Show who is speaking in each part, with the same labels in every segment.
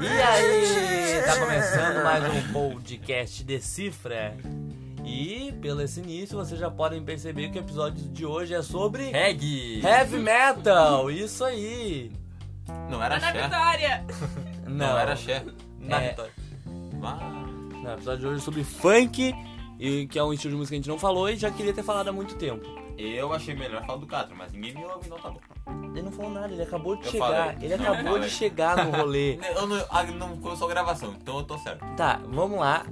Speaker 1: E aí, tá começando mais um podcast Decifra. E pelo esse início vocês já podem perceber que o episódio de hoje é sobre
Speaker 2: Reggae!
Speaker 1: heavy metal. Isso aí.
Speaker 2: Não era
Speaker 3: Tá na
Speaker 2: Cher.
Speaker 3: vitória!
Speaker 1: Não,
Speaker 2: Não era Cher. Na
Speaker 1: É.
Speaker 2: vitória. Mas-
Speaker 1: No episódio de hoje é sobre funk, e que é um estilo de música que a gente não falou e já queria ter falado há muito tempo.
Speaker 2: Eu achei melhor falar do Catra, mas ninguém me ouve, então tá bom.
Speaker 1: Ele não falou nada, ele acabou de
Speaker 2: Eu
Speaker 1: chegar.
Speaker 2: falei.
Speaker 1: Ele
Speaker 2: Não,
Speaker 1: acabou
Speaker 2: falei.
Speaker 1: de chegar no rolê.
Speaker 2: Eu não, ah, não começou a gravação, então eu tô certo.
Speaker 1: Tá, vamos lá.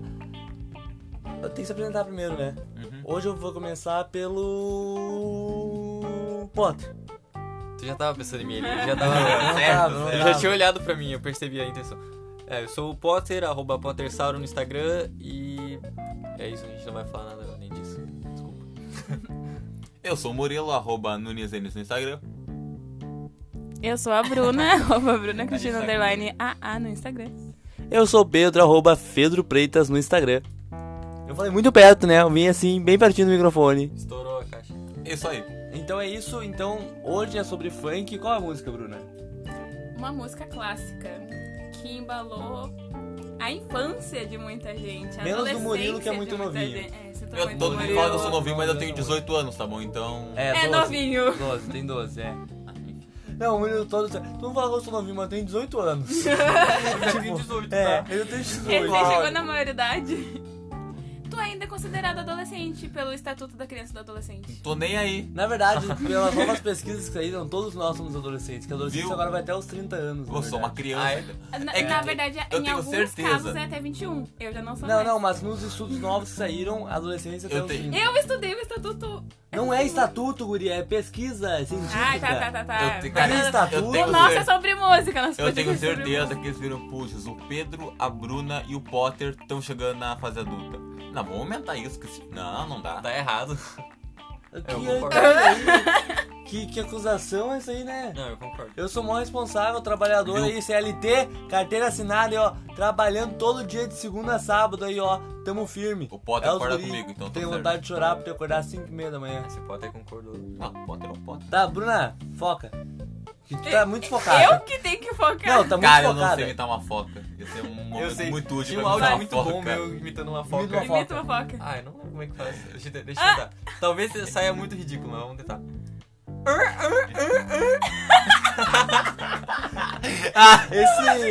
Speaker 1: Eu tenho que se apresentar primeiro, né?
Speaker 2: Uhum.
Speaker 1: Hoje eu vou começar pelo. Potter.
Speaker 4: Tu já tava pensando em mim ali, eu já
Speaker 1: Não,
Speaker 4: tava.
Speaker 1: não
Speaker 2: certo,
Speaker 1: tava, não
Speaker 4: Ele
Speaker 2: certo.
Speaker 4: já
Speaker 1: tava.
Speaker 4: tinha olhado pra mim, eu percebi a intenção. É, eu sou o Potter, arroba Pottersauro no Instagram e. É isso, a gente não vai falar nada além disso. Desculpa.
Speaker 2: Eu sou o Murilo, arroba Nunes Enes no Instagram.
Speaker 3: Eu sou a Bruna, arroba Bruna Cristina
Speaker 2: Tá no
Speaker 3: Underline AA no Instagram.
Speaker 1: Eu sou o Pedro, arroba Pedro Freitas no Instagram. Eu falei muito perto, né? Eu vim assim, bem pertinho do microfone.
Speaker 4: Estourou a caixa.
Speaker 2: Isso aí.
Speaker 1: Então é isso, então hoje é sobre funk. Qual é a música, Bruna?
Speaker 3: Uma música clássica que embalou a infância de muita gente. a
Speaker 1: Menos do Murilo, que é
Speaker 3: adolescência
Speaker 1: muito
Speaker 3: de muita
Speaker 1: novinho.
Speaker 3: gente. É, você tá
Speaker 2: Eu,
Speaker 3: muito
Speaker 2: todo mundo fala que eu sou
Speaker 3: Murilo.
Speaker 2: novinho, mas eu tenho 18 anos, tá bom? Então.
Speaker 3: É novinho.
Speaker 1: 12, tem 12, é. Não, É, o menino todo. Tu não fala que eu sou novinho, mas eu tenho 18 anos.
Speaker 4: Já tem 18,
Speaker 1: É,
Speaker 4: tá?
Speaker 1: eu tenho 18.
Speaker 3: Ele nem chegou na maioridade. Tu ainda é considerado adolescente pelo Estatuto da Criança e do Adolescente.
Speaker 2: Tô nem aí.
Speaker 1: Na verdade, pelas novas pesquisas que saíram, todos nós somos adolescentes. Que adolescente
Speaker 2: Viu?
Speaker 1: agora vai até os 30 anos. na
Speaker 2: Eu sou uma
Speaker 1: verdade.
Speaker 2: criança.
Speaker 4: Ah, é?
Speaker 3: Na,
Speaker 2: É que
Speaker 3: na verdade,
Speaker 2: eu
Speaker 3: em
Speaker 2: tenho
Speaker 3: alguns
Speaker 2: certeza.
Speaker 3: casos é até 21. Eu já não sou
Speaker 1: Não,
Speaker 3: mais.
Speaker 1: não, mas nos estudos novos que saíram, a adolescência até
Speaker 2: Eu
Speaker 1: os
Speaker 2: tenho-
Speaker 1: 30.
Speaker 3: Eu estudei o Estatuto.
Speaker 1: Não é estatuto, guri, é pesquisa científica.
Speaker 3: Ah, tá, tá, tá, tá.
Speaker 2: Eu
Speaker 1: Mas
Speaker 2: tenho- cara,
Speaker 1: é
Speaker 3: Fernanda,
Speaker 1: estatuto.
Speaker 2: eu
Speaker 3: O
Speaker 2: tenho
Speaker 3: nosso
Speaker 2: certeza.
Speaker 3: é sobre música, nosso
Speaker 2: Eu tenho
Speaker 3: podcast é sobre
Speaker 2: certeza que eles viram, puxas, o Pedro, a Bruna e o Potter estão chegando na fase adulta. Não, vamos aumentar isso. Que... se- Não, não dá.
Speaker 4: Tá errado.
Speaker 3: tá.
Speaker 4: Eu concordo.
Speaker 1: Que, é que, que acusação é isso aí, né?
Speaker 4: Não, eu concordo.
Speaker 1: Eu sou mó responsável, trabalhador
Speaker 2: Viu?
Speaker 1: aí, CLT, carteira assinada aí, ó. Trabalhando todo dia de segunda a sábado aí, ó. Tamo firme. É
Speaker 2: O Potter
Speaker 1: os
Speaker 2: acorda
Speaker 1: guri.
Speaker 2: comigo, então tô
Speaker 1: Tenho
Speaker 2: certo.
Speaker 1: vontade de chorar porque eu acordar às 5 e meia da manhã.
Speaker 4: Esse Potter concordou.
Speaker 2: Não, o Potter é o Potter.
Speaker 1: Tá, Bruna, foca. Que tu
Speaker 3: música.
Speaker 1: tá muito focada.
Speaker 3: Eu que tenho que focar.
Speaker 1: Não, tá muito
Speaker 2: Cara, eu
Speaker 1: focada.
Speaker 2: não sei imitar uma foca. Esse é um momento muito útil
Speaker 4: Tinha
Speaker 2: pra
Speaker 4: um
Speaker 2: imitar
Speaker 4: áudio
Speaker 2: uma
Speaker 4: muito
Speaker 2: foca.
Speaker 4: bom meu imitando uma
Speaker 1: Imita
Speaker 4: foca.
Speaker 1: uma foca.
Speaker 3: Imita uma foca.
Speaker 4: Ah, eu não lembro como é que faz. Deixa, eu- deixa eu tentar. Talvez saia muito ridículo, mas vamos tentar.
Speaker 2: Ah,
Speaker 1: Esse,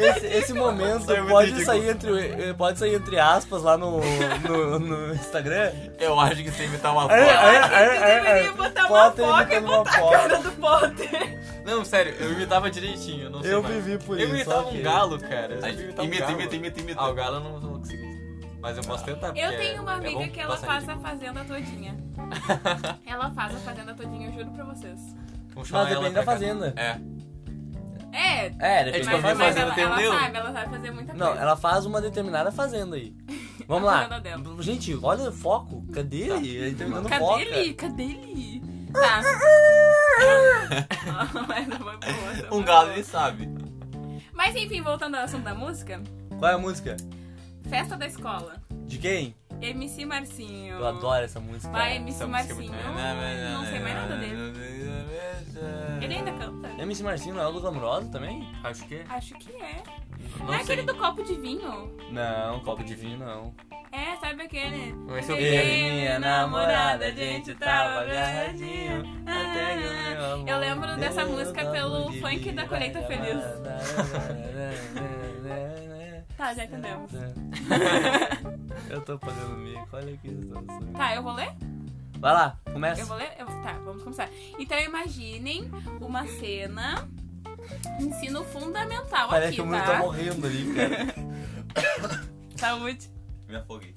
Speaker 1: esse, esse momento
Speaker 4: Saiu muito
Speaker 1: pode
Speaker 4: ridículo.
Speaker 1: sair, entre, eh, pode sair entre aspas lá no, no, no Instagram.
Speaker 2: Eu acho que se imitar uma
Speaker 1: É, é,
Speaker 2: foca.
Speaker 1: é, é,
Speaker 3: Eu
Speaker 1: é.
Speaker 3: Ah, deveria botar uma
Speaker 1: Potter
Speaker 3: foca e
Speaker 1: imitando uma
Speaker 3: botar a
Speaker 1: foca.
Speaker 3: cara do Potter.
Speaker 4: Não, sério, eu imitava direitinho, eu não sei
Speaker 1: Eu
Speaker 4: mais.
Speaker 1: vivi por
Speaker 4: eu
Speaker 1: isso,
Speaker 4: imitava
Speaker 1: ok.
Speaker 4: um galo, cara. Eu
Speaker 2: Aí,
Speaker 4: imitava um
Speaker 2: Imita,
Speaker 4: galo.
Speaker 2: imita, imita, imita. Ah.
Speaker 4: Ah, o galo eu não, não consegui. Mas eu posso tentar. porque
Speaker 3: Eu
Speaker 4: é-
Speaker 3: tenho
Speaker 1: Tá
Speaker 3: uma
Speaker 4: é
Speaker 3: amiga
Speaker 4: bom
Speaker 3: que ela
Speaker 4: passar
Speaker 3: faz
Speaker 4: ritmo.
Speaker 3: a fazenda todinha. Ela faz a fazenda todinha, eu juro pra vocês.
Speaker 4: Vamos chamar
Speaker 1: Mas
Speaker 4: ela
Speaker 1: depende
Speaker 4: pra
Speaker 1: da
Speaker 4: cá.
Speaker 1: fazenda.
Speaker 2: É.
Speaker 3: É,
Speaker 1: É,
Speaker 4: É
Speaker 1: depende
Speaker 4: de
Speaker 1: da
Speaker 3: mas,
Speaker 4: qualquer
Speaker 3: mas
Speaker 1: fazenda.
Speaker 4: fazenda
Speaker 3: ela,
Speaker 4: tem um
Speaker 3: ela
Speaker 4: meu?
Speaker 3: sabe, ela sabe fazer muita coisa.
Speaker 1: Não, ela faz uma determinada fazenda aí. Vamos
Speaker 3: A
Speaker 1: lá.
Speaker 3: fazenda dela.
Speaker 1: Gente, olha o foco. Cadê ele? Ele tá me dando
Speaker 3: Cadê
Speaker 1: foco.
Speaker 3: ele? Cadê ele? Tá. Ah, essa foi boa, essa foi
Speaker 2: Um galo
Speaker 3: boa.
Speaker 2: ele sabe.
Speaker 3: Mas enfim, voltando ao assunto da música,
Speaker 1: Qual é a música?
Speaker 3: festa da escola.
Speaker 1: De quem?
Speaker 3: MC Marcinho.
Speaker 1: Eu adoro essa música.
Speaker 3: Vai, MC
Speaker 4: Essa música é muito
Speaker 3: Marcinho. Não sei mais nada dele. Ele ainda canta?
Speaker 1: MC Marcinho não é o Luz Amoroso também?
Speaker 4: Acho que.
Speaker 3: Acho que é.
Speaker 4: Não
Speaker 3: é
Speaker 4: sei.
Speaker 3: aquele do copo de vinho?
Speaker 1: Não, copo de vinho não.
Speaker 3: É, sabe aquele?
Speaker 4: Mas eu
Speaker 3: Beijei
Speaker 1: vi. Minha namorada, a gente tava agarradinho, até que o meu amor
Speaker 3: Ah, Eu lembro dessa
Speaker 1: deu
Speaker 3: música
Speaker 1: um
Speaker 3: pelo
Speaker 1: toque de
Speaker 3: funk da
Speaker 1: vida. é
Speaker 3: Colheita Feliz. Tá, já entendemos.
Speaker 1: Eu tô pagando mico, olha que situação.
Speaker 3: Tá, eu vou ler?
Speaker 1: Vai lá,
Speaker 3: Eu vou
Speaker 1: começa.
Speaker 3: ler? Eu- Tá, vamos começar. Então imaginem uma cena. Ensino fundamental
Speaker 1: Parece
Speaker 3: aqui,
Speaker 1: que o mundo tá
Speaker 3: tá?
Speaker 1: morrendo ali, cara.
Speaker 3: Saúde.
Speaker 2: Me afoguei.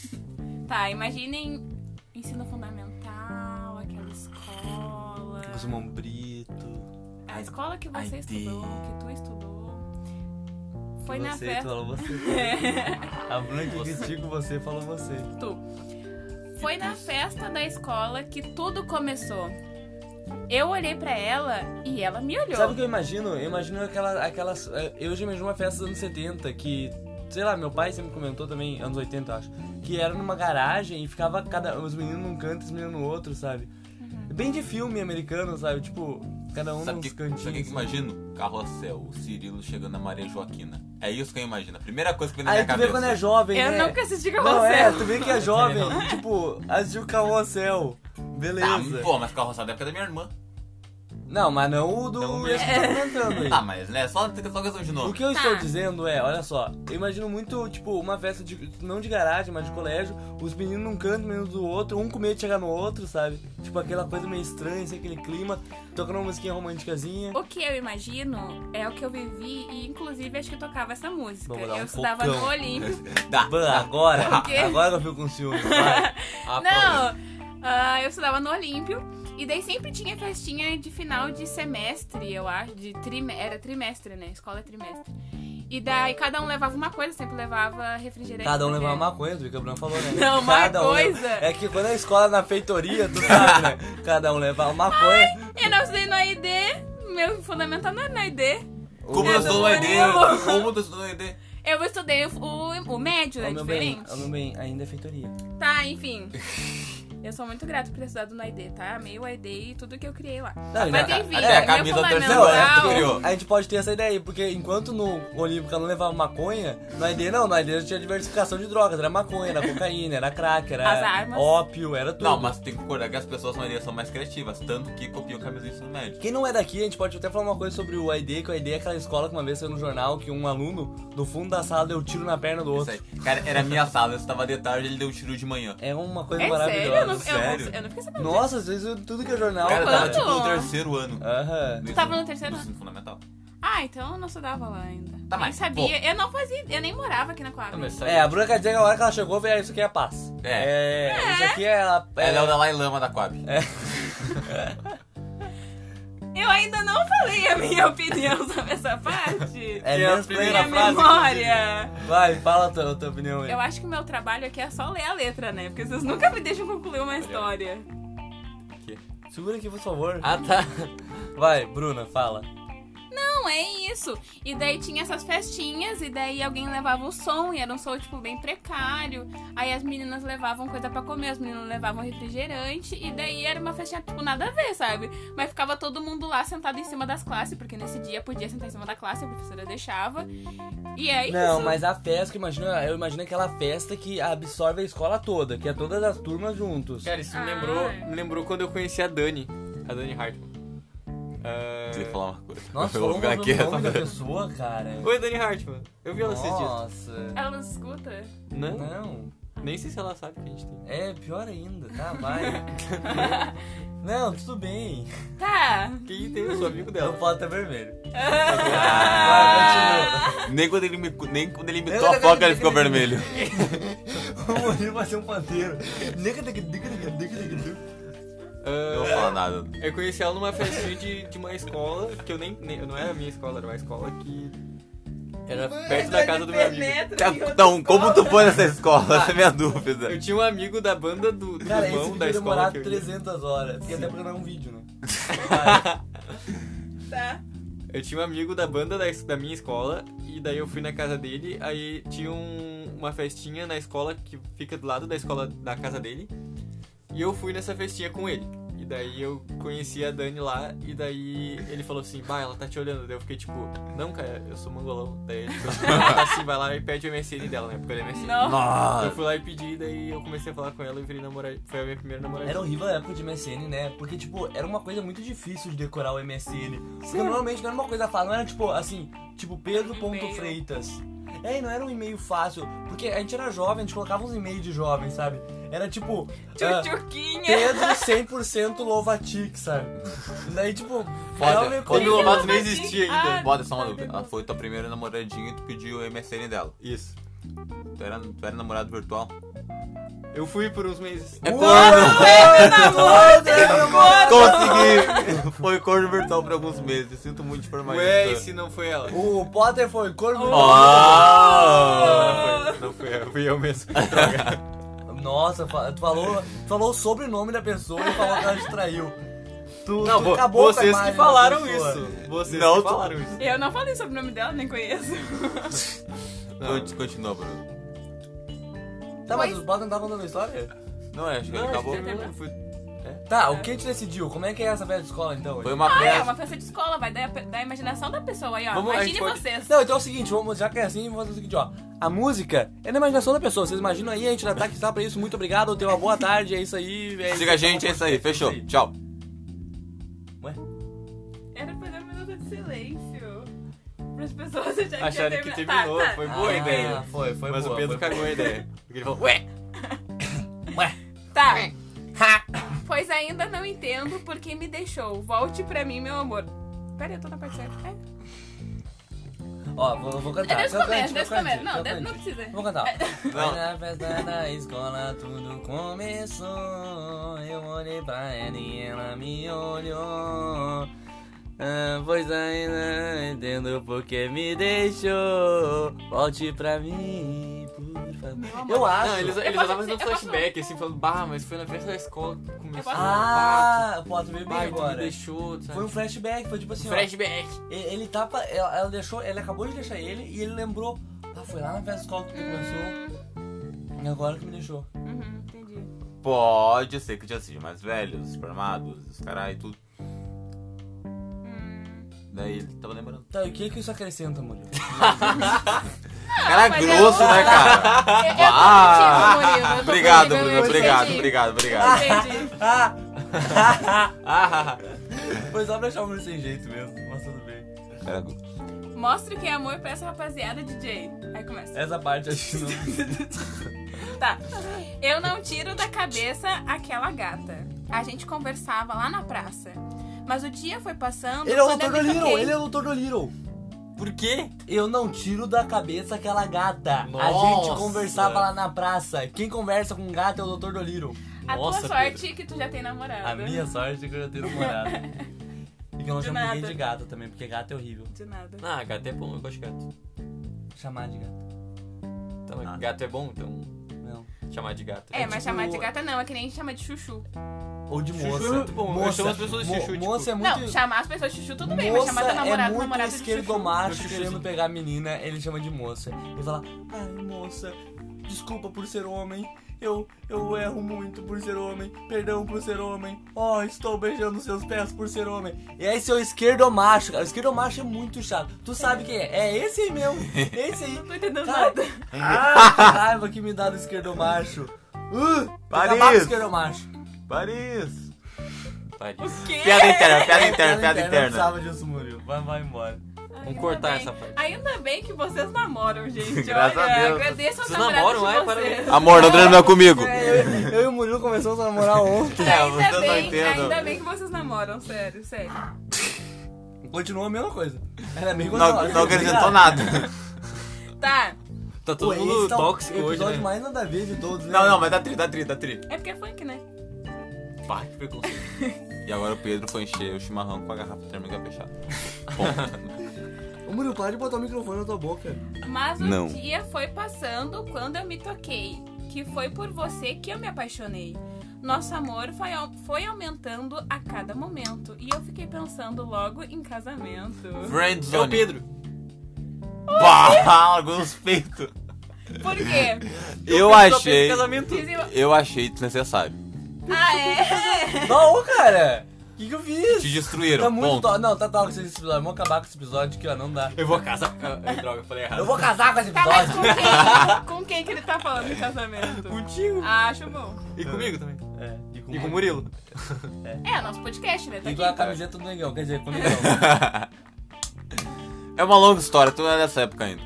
Speaker 3: Tá, imaginem ensino fundamental, aquela escola.
Speaker 1: Os mombrito.
Speaker 3: A escola que você
Speaker 2: Ai,
Speaker 3: estudou, que tu estudou. Foi na
Speaker 1: você, tu
Speaker 3: festa.
Speaker 1: falou você. A Bruna que critica você falou você.
Speaker 3: Foi na festa da escola que tudo começou. Eu olhei pra ela e ela me olhou.
Speaker 1: é, Sabe o que eu imagino? Eu imagino aquela. aquelas eh, eu já imagino uma festa dos anos 70 que Sei lá, meu pai sempre comentou também, anos 80, eu acho, que era numa garagem e ficava cada, os meninos num canto e os meninos no outro, sabe?
Speaker 3: Uhum.
Speaker 1: Bem de filme americano, sabe? Tipo, cada um
Speaker 2: Sabe o
Speaker 1: nos
Speaker 2: que,
Speaker 1: cantinhos.
Speaker 2: sabe o que que eu imagino? Carrossel, o Cirilo chegando na Maria Joaquina. É isso que eu imagino. A primeira coisa que vem na
Speaker 1: Aí
Speaker 2: minha
Speaker 1: tu
Speaker 2: cabeça.
Speaker 1: vê quando é jovem,
Speaker 3: Eu
Speaker 1: né?
Speaker 3: nunca assisti com
Speaker 1: Não,
Speaker 3: você.
Speaker 1: é, tu vê que é jovem, e, tipo, assistiu o Carrossel. Beleza. Tá
Speaker 2: Ah, pô, mas carrossel da época da minha irmã.
Speaker 1: Não, mas não o do
Speaker 2: É um
Speaker 4: Não
Speaker 1: esse que eu tô comentando aí.
Speaker 2: Ah, mas né, só, só questão de
Speaker 1: O
Speaker 2: nome.
Speaker 1: que eu estou
Speaker 3: Tá.
Speaker 1: dizendo é, olha só, eu imagino muito, tipo, uma festa de, não de garagem, mas de colégio, os meninos num canto, os meninos do outro, um com medo de chegar no outro, sabe? Tipo, aquela coisa meio estranha, assim, aquele clima, tocando uma musiquinha românticazinha.
Speaker 3: O que eu imagino é o que eu vivi e, inclusive, acho que eu tocava essa música.
Speaker 1: Vamos lá, um
Speaker 3: eu estudava no
Speaker 1: pocão.
Speaker 3: Olímpio.
Speaker 2: Dá.
Speaker 1: Ban, agora,
Speaker 3: quê?
Speaker 1: agora eu fico com ciúme, vai.
Speaker 4: Ah,
Speaker 3: Não, ah, eu estudava no Olímpio. E daí sempre tinha festinha de final de semestre, eu acho. De trime... Era trimestre, né? Escola é trimestre. E daí cada um levava uma coisa, sempre levava refrigerante.
Speaker 1: Cada um
Speaker 3: né?
Speaker 1: levava uma coisa, o que o Bruno falou, né?
Speaker 3: Não, uma
Speaker 1: Cada um leva-
Speaker 3: coisa.
Speaker 1: É que quando é escola na feitoria, tu sabe, né? Cada um leva uma coisa.
Speaker 3: Eu não estudei no AID, meu fundamental não é era no AID.
Speaker 2: Como
Speaker 1: O-
Speaker 2: eu sou no ID?
Speaker 3: Murilo.
Speaker 2: Como eu sou um no ID?
Speaker 3: Eu estudei o, o, o médio,
Speaker 1: Ó,
Speaker 3: é
Speaker 1: meu bem,
Speaker 3: diferente.
Speaker 1: ó, meu bem, ainda é feitoria.
Speaker 3: Tá, enfim. Eu sou muito grata por ter estudado no AID, tá? Amei o AID e tudo que eu criei lá.
Speaker 1: Não,
Speaker 3: Mas
Speaker 1: já-
Speaker 3: enfim,
Speaker 1: até É, a
Speaker 3: meu
Speaker 2: camisa do
Speaker 3: fundamental...
Speaker 1: é,
Speaker 2: terceiro ano tu criou.
Speaker 1: A gente pode ter essa ideia aí, porque enquanto no Olímpica não levava maconha, no AID não, no AID tinha diversificação de drogas, era maconha, era cocaína, era crack,
Speaker 3: As
Speaker 1: era
Speaker 3: armas.
Speaker 1: ópio, era tudo.
Speaker 2: Não, mas tem que concordar que as pessoas na maioria são mais criativas, tanto que copiam camisa do ensino médio.
Speaker 1: Quem não é daqui, a gente pode até falar uma coisa sobre o AID, que o AID é aquela escola que uma vez saiu no jornal que um aluno, do fundo da sala, deu tiro na perna do
Speaker 2: Isso
Speaker 1: outro.
Speaker 2: aí. Cara, era a minha sala, eu estava de tarde, ele deu um tiro de manhã.
Speaker 1: É uma coisa
Speaker 3: É sério? Eu
Speaker 1: maravilhosa.
Speaker 3: não, eu,
Speaker 2: sério.
Speaker 3: não, eu não fiquei sabendo disso.
Speaker 1: Nossa, às vezes eu- tudo que é jornal.
Speaker 2: Cara, eu tava
Speaker 3: quando?
Speaker 2: tipo no terceiro ano.
Speaker 1: Aham.
Speaker 2: do
Speaker 3: tava
Speaker 2: ensino-
Speaker 3: no terceiro
Speaker 2: do
Speaker 3: ano?
Speaker 2: ensino fundamental.
Speaker 3: Ah, então eu não estudava lá ainda.
Speaker 2: Tá,
Speaker 3: nem
Speaker 2: mas,
Speaker 3: sabia. Eu não fazia... Eu nem morava aqui na Coab.
Speaker 4: mas sabe-
Speaker 1: É, a Bruna quer dizer que a hora que ela chegou, veio, "Ah, isso aqui é a paz.
Speaker 2: É.
Speaker 1: É, Isso aqui é a.
Speaker 2: Ela é o Dalai Lama da Coab.
Speaker 3: Eu ainda não falei a minha opinião sobre essa
Speaker 1: é
Speaker 3: parte.
Speaker 4: Que é a
Speaker 1: menos
Speaker 4: primeira
Speaker 1: plena
Speaker 3: minha
Speaker 1: frase.
Speaker 3: memória.
Speaker 1: Vai, fala a tua, a tua opinião aí.
Speaker 3: Eu acho que o meu trabalho aqui é só ler a letra, né? Porque vocês nunca me deixam concluir uma história.
Speaker 1: Segura aqui, por favor.
Speaker 4: Ah, tá.
Speaker 1: Vai, Bruna, fala.
Speaker 3: Não, é isso. E daí tinha essas festinhas, e daí alguém levava o som, e era um som, tipo, bem precário. Aí as meninas levavam coisa pra comer, as meninas levavam refrigerante, e daí era uma festinha, tipo, nada a ver, sabe? Mas ficava todo mundo lá sentado em cima das classes, porque nesse dia podia sentar em cima da classe, a professora deixava. E é isso.
Speaker 1: Não, mas a festa, eu imagino, eu imagino aquela festa que absorve a escola toda, que é todas as turmas juntos.
Speaker 4: Cara, isso
Speaker 3: Ah.
Speaker 4: me lembrou, me lembrou quando eu conheci a Dani. A Dani Hartman. Ah,
Speaker 2: Queria falar uma coisa.
Speaker 1: Nossa,
Speaker 2: eu vou
Speaker 1: falou
Speaker 2: ficar aqui.
Speaker 1: o nome da
Speaker 4: né?
Speaker 2: essa-
Speaker 1: pessoa, cara.
Speaker 4: Oi, Dani Hartman. Eu Né? vi ela esses dias.
Speaker 1: Nossa.
Speaker 3: Ela não escuta.
Speaker 4: Não?
Speaker 1: Não,
Speaker 4: Nem sei se ela sabe que a gente tem.
Speaker 1: é pior ainda, tá? Vai. Não, tudo bem.
Speaker 3: Tá.
Speaker 4: Quem tem? Eu sou amigo
Speaker 1: Eu
Speaker 4: dela.
Speaker 1: falo até É vermelho.
Speaker 2: Ah, nem quando ele me, nem quando ele me
Speaker 1: Eu-
Speaker 2: toca, ele ficou vermelho.
Speaker 1: O Murilo vai ser um pandeiro. Não,
Speaker 4: Ah,
Speaker 2: Não vou falar nada.
Speaker 4: Eu conheci ela numa festinha de, de uma escola, que eu nem, nem- Não era a minha escola, era uma escola que. Era perto da É casa do meu amigo.
Speaker 2: Tá, Então, como tu foi nessa escola? Essa é a minha dúvida.
Speaker 4: Eu tinha um amigo da banda do, do
Speaker 1: Cara, esse
Speaker 4: irmão
Speaker 1: vídeo
Speaker 4: Tá da
Speaker 1: vai
Speaker 4: escola.
Speaker 1: demorar
Speaker 4: Que eu ia.
Speaker 1: 300 horas. Porque até porque não é um vídeo, né?
Speaker 3: Tá.
Speaker 4: Eu tinha um amigo da banda da, es- da minha escola, e daí eu fui na casa dele, aí tinha um- uma festinha na escola que fica do lado da escola da casa dele. E eu fui nessa festinha com ele. E daí eu conheci a Dani lá, e daí ele falou assim, vai, ela tá te olhando. Daí eu fiquei tipo, não, cara, eu sou mangolão. Daí ele falou assim, vai lá e pede o MSN dela, né? Porque era MSN.
Speaker 3: Não.
Speaker 4: Eu
Speaker 2: Nossa.
Speaker 4: fui lá e pedi, daí eu comecei a falar com ela e virei namorada. Foi a minha primeira namorada.
Speaker 1: Era horrível a época de MSN, né? Porque, tipo, era uma coisa muito difícil de decorar o MSN. Porque normalmente não era uma coisa fácil, não era tipo assim, tipo
Speaker 3: E-mail.
Speaker 1: Pedro.freitas. É, e não era um e-mail fácil, porque a gente era jovem, a gente colocava uns e-mails de jovem, sabe? Era tipo. ah,
Speaker 3: Tchutchuquinha.
Speaker 1: Pedro 100% Lovatic, sabe? Daí, tipo,
Speaker 2: Foda,
Speaker 1: era meio coisa-
Speaker 2: foda.
Speaker 4: Quando o Lovato nem existia ainda.
Speaker 3: Ah.
Speaker 2: Bota só uma dúvida. Ela foi tua primeira namoradinha e tu pediu o MSN dela.
Speaker 4: Isso.
Speaker 2: Tu era, tu era namorado virtual?
Speaker 4: Eu fui por uns meses.
Speaker 2: É
Speaker 1: Uau!
Speaker 2: claro!
Speaker 1: Uau!
Speaker 2: Consegui! assim? Foi corno virtual por alguns meses. Sinto muito de formar
Speaker 4: Ué, e
Speaker 2: isso.
Speaker 4: se não foi ela?
Speaker 1: O Potter foi corno.
Speaker 2: Oh!
Speaker 4: Não foi, não foi eu, fui eu mesmo.
Speaker 1: Nossa, fa- tu falou, tu falou o sobrenome da pessoa e falou que ela te traiu. Tu,
Speaker 4: Não,
Speaker 1: tu
Speaker 4: vo-
Speaker 1: acabou com a
Speaker 4: vocês
Speaker 1: imagem
Speaker 4: que
Speaker 1: da
Speaker 4: falaram
Speaker 1: pessoa.
Speaker 4: isso. Vocês
Speaker 2: Não,
Speaker 4: que
Speaker 2: tu-
Speaker 4: falaram isso.
Speaker 3: Eu não falei sobre o nome dela, nem conheço.
Speaker 4: Não.
Speaker 2: Conti- Continua, Bruno.
Speaker 1: Tá, mas
Speaker 3: Pois-
Speaker 1: os bots não estavam contando a história?
Speaker 2: Não é, acho que
Speaker 4: Não,
Speaker 2: acabou.
Speaker 4: acho que
Speaker 3: Acabou.
Speaker 4: foi-
Speaker 1: Tá, o que a gente decidiu? Como é que é essa velha escola então?
Speaker 2: Foi uma
Speaker 3: Ah, é
Speaker 2: festa.
Speaker 3: uma festa de escola, vai da, da imaginação da pessoa aí, ó.
Speaker 4: Vamos, a
Speaker 3: Imagine
Speaker 4: gente pode-
Speaker 3: vocês.
Speaker 1: Não, então é o seguinte, vamos, já que é assim, vamos fazer o seguinte, ó. A música é na imaginação da pessoa. Vocês imaginam aí, a gente tá aqui está pra isso. Muito obrigado, tenha uma boa tarde, é isso aí. É
Speaker 2: Siga a gente, é isso aí. Fechou. Tchau.
Speaker 1: Ué?
Speaker 3: Era pra dar um minuto de silêncio. Para as pessoas acharem
Speaker 4: Acharem
Speaker 3: que
Speaker 4: que
Speaker 3: ia terminar.
Speaker 4: terminou,
Speaker 3: Tá, tá.
Speaker 4: foi boa a
Speaker 1: Ah,
Speaker 4: ideia.
Speaker 1: Foi, foi
Speaker 4: Mas
Speaker 1: boa,
Speaker 4: o Pedro
Speaker 1: foi
Speaker 4: cagou a ideia. Porque ele falou, ué!
Speaker 1: boa. Ué?
Speaker 3: Tá.
Speaker 1: Ha!
Speaker 3: Pois ainda não entendo por que me deixou. Volte pra mim, meu amor. Pera, eu tô na parte certa. É.
Speaker 1: Ó, vou, vou
Speaker 3: É
Speaker 1: cantar.
Speaker 3: desde o
Speaker 1: Canta
Speaker 3: começo,
Speaker 1: antes,
Speaker 3: desde o
Speaker 1: canta antes,
Speaker 3: começo. Não,
Speaker 1: canta
Speaker 3: desde-
Speaker 1: antes.
Speaker 3: não precisa. É.
Speaker 1: Vou cantar.
Speaker 2: Não.
Speaker 1: Foi na festa da escola tudo começou. Eu olhei pra ela e ela me olhou. Ah, pois ainda não entendo porque me deixou. Volte pra mim, por favor. Eu acho.
Speaker 4: Não, eles, eles
Speaker 3: posso
Speaker 4: estavam
Speaker 3: dizer-
Speaker 4: fazendo
Speaker 3: eu posso-
Speaker 4: flashback, assim, falando, bah, mas foi na festa da escola que começou
Speaker 3: posso-
Speaker 4: a
Speaker 1: Ah, pode beber
Speaker 4: Bah, tu me
Speaker 1: um agora.
Speaker 4: deixou, sabe?
Speaker 1: Foi um flashback, foi tipo assim, ó.
Speaker 4: flashback.
Speaker 1: Ele, ele tava. Ela, ela deixou. Ela acabou de deixar ele e ele lembrou. Ah, foi lá na festa da escola que tudo começou. E agora que me deixou.
Speaker 3: Uhum, entendi.
Speaker 2: Pode ser que já sejam mais velhos, formados, os caras e tudo. Daí ele tava lembrando.
Speaker 1: Tá, e o que que isso acrescenta, Murilo?
Speaker 2: Cara
Speaker 3: mas
Speaker 2: grosso,
Speaker 3: eu-
Speaker 2: né, cara?
Speaker 3: Eu, eu tô
Speaker 2: Ah!
Speaker 3: contigo, É, Murilo. Eu tô
Speaker 2: Obrigado,
Speaker 3: contigo,
Speaker 2: Bruno.
Speaker 3: eu
Speaker 2: Obrigado,
Speaker 3: entendi.
Speaker 2: obrigado, obrigado.
Speaker 3: Entendi.
Speaker 1: Ah!
Speaker 4: Ah,
Speaker 1: Foi só pra deixar o Murilo sem jeito mesmo, mas tudo bem.
Speaker 2: Cara grosso.
Speaker 3: Mostra o que é amor pra essa rapaziada, DJ. Aí começa.
Speaker 1: Essa parte acho que não.
Speaker 3: Tá. Eu não tiro da cabeça aquela gata. A gente conversava lá na praça. Mas o dia foi passando.
Speaker 1: Ele é o
Speaker 3: quando eu
Speaker 1: doutor do
Speaker 3: me
Speaker 1: Little,
Speaker 3: toquei.
Speaker 1: ele é o doutor do Little.
Speaker 4: por quê?
Speaker 1: Eu não tiro da cabeça aquela gata. A
Speaker 4: Nossa.
Speaker 1: gente conversava lá na praça. Quem conversa com gata é o doutor do Little.
Speaker 3: A
Speaker 4: Nossa,
Speaker 3: tua sorte é que tu já tem namorado.
Speaker 1: A minha sorte é que eu já tenho namorado. E que eu não
Speaker 3: Do
Speaker 1: chamo ninguém
Speaker 3: nada.
Speaker 1: de gata também, porque gata é horrível.
Speaker 3: De nada.
Speaker 4: Ah, gato é bom, eu gosto de gato.
Speaker 1: Chamar de gata.
Speaker 4: Tá, mas
Speaker 2: Ah.
Speaker 4: gato é bom, então
Speaker 1: Não.
Speaker 4: chamar de gato.
Speaker 3: É, mas
Speaker 1: tipo-
Speaker 3: chamar de gata não, é que nem chama de chuchu.
Speaker 1: Ou de
Speaker 4: Chuchu
Speaker 1: moça.
Speaker 4: é muito bom, eu
Speaker 1: Moça.
Speaker 4: chamo as pessoas de
Speaker 1: Mo-
Speaker 4: chuchu, tipo-
Speaker 1: Moça é muito...
Speaker 3: Não, chamar as pessoas de chuchu tudo bem, mas
Speaker 1: Moça
Speaker 3: chamar teu
Speaker 1: é
Speaker 3: namorado,
Speaker 1: muito
Speaker 3: namorado de
Speaker 1: esquerdo
Speaker 3: chuchu.
Speaker 1: macho
Speaker 4: Chuchu,
Speaker 1: querendo
Speaker 4: sim.
Speaker 1: pegar a menina, ele chama de moça. Ele fala, ai moça, desculpa por ser homem, eu, eu erro muito por ser homem, perdão por ser homem, oh, estou beijando seus pés por ser homem. E aí seu esquerdo macho, cara, o esquerdo macho é muito chato. Tu sabe quem é? É esse aí mesmo, esse aí.
Speaker 3: Não tô entendendo
Speaker 1: Cara,
Speaker 3: nada.
Speaker 1: Ah, que raiva que me dá do esquerdo macho. Uh, vou acabar com o
Speaker 2: Paris.
Speaker 1: esquerdo macho.
Speaker 2: Paris!
Speaker 4: Paris.
Speaker 3: O quê?
Speaker 2: Piada interna, piada
Speaker 1: Ela
Speaker 2: interna, piada
Speaker 1: não
Speaker 2: interna.
Speaker 1: precisava disso, Murilo. Vai, vai embora.
Speaker 3: Ainda
Speaker 4: cortar
Speaker 3: bem-
Speaker 4: essa parte.
Speaker 3: Ainda bem que vocês namoram, gente.
Speaker 2: Graças
Speaker 3: Olha,
Speaker 2: a Deus.
Speaker 3: agradeço aos
Speaker 4: Vocês
Speaker 3: namorados
Speaker 4: namoram, é?
Speaker 3: de vocês.
Speaker 4: Parabéns.
Speaker 2: Amor, não terminou comigo.
Speaker 1: Eu, eu e o Murilo começamos a namorar ontem.
Speaker 2: É,
Speaker 3: Ainda
Speaker 2: vocês não
Speaker 3: bem,
Speaker 2: entendam.
Speaker 3: ainda bem que vocês namoram, sério, sério.
Speaker 1: Continua a mesma coisa. Era meio
Speaker 2: Não, não acrescentou nada.
Speaker 3: Tá,
Speaker 4: Tá todo mundo tóxico
Speaker 1: O
Speaker 4: hoje,
Speaker 1: episódio
Speaker 4: né?
Speaker 1: mais nada a ver de todos, né?
Speaker 2: Não, não, mas dá tri, dá tri, dá tri.
Speaker 3: é porque é funk, né?
Speaker 4: Pá, que preconceito.
Speaker 2: E agora o Pedro foi encher o chimarrão com a garrafa térmica fechada.
Speaker 1: Ô, Murilo, para de botar o microfone na tua boca.
Speaker 3: Mas o
Speaker 2: Não.
Speaker 3: dia foi passando quando eu me toquei, que foi por você que eu me apaixonei. Nosso amor foi, au- foi aumentando a cada momento. E eu fiquei pensando logo em casamento.
Speaker 4: É o
Speaker 2: Friendzone.
Speaker 4: Pedro.
Speaker 2: Bah, alguns peitos.
Speaker 3: Por quê?
Speaker 2: Eu
Speaker 4: Pedro só fez
Speaker 2: achei.
Speaker 4: casamento.
Speaker 3: Dizem-
Speaker 2: Eu achei desnecessário.
Speaker 3: Ah, é?
Speaker 1: Não, cara. O que, que eu fiz?
Speaker 2: Te destruíram.
Speaker 1: Tá muito
Speaker 2: ponto.
Speaker 1: to... Não, tá tóxico esse episódio. Vamos acabar com esse episódio que ó, não dá.
Speaker 4: Eu vou casar. Ah, droga, eu falei errado.
Speaker 1: Eu vou casar com esse
Speaker 3: Tá, mas com
Speaker 1: episódio.
Speaker 3: quem, com quem que ele tá falando em casamento?
Speaker 4: Contigo.
Speaker 3: Acho bom.
Speaker 4: E comigo também.
Speaker 1: É, e com,
Speaker 4: E com o Murilo.
Speaker 3: É, nosso podcast, né? Tá
Speaker 1: E com a
Speaker 3: aqui.
Speaker 1: camiseta do negão, quer dizer, com o negão.
Speaker 2: É uma longa história, tu não é dessa época ainda.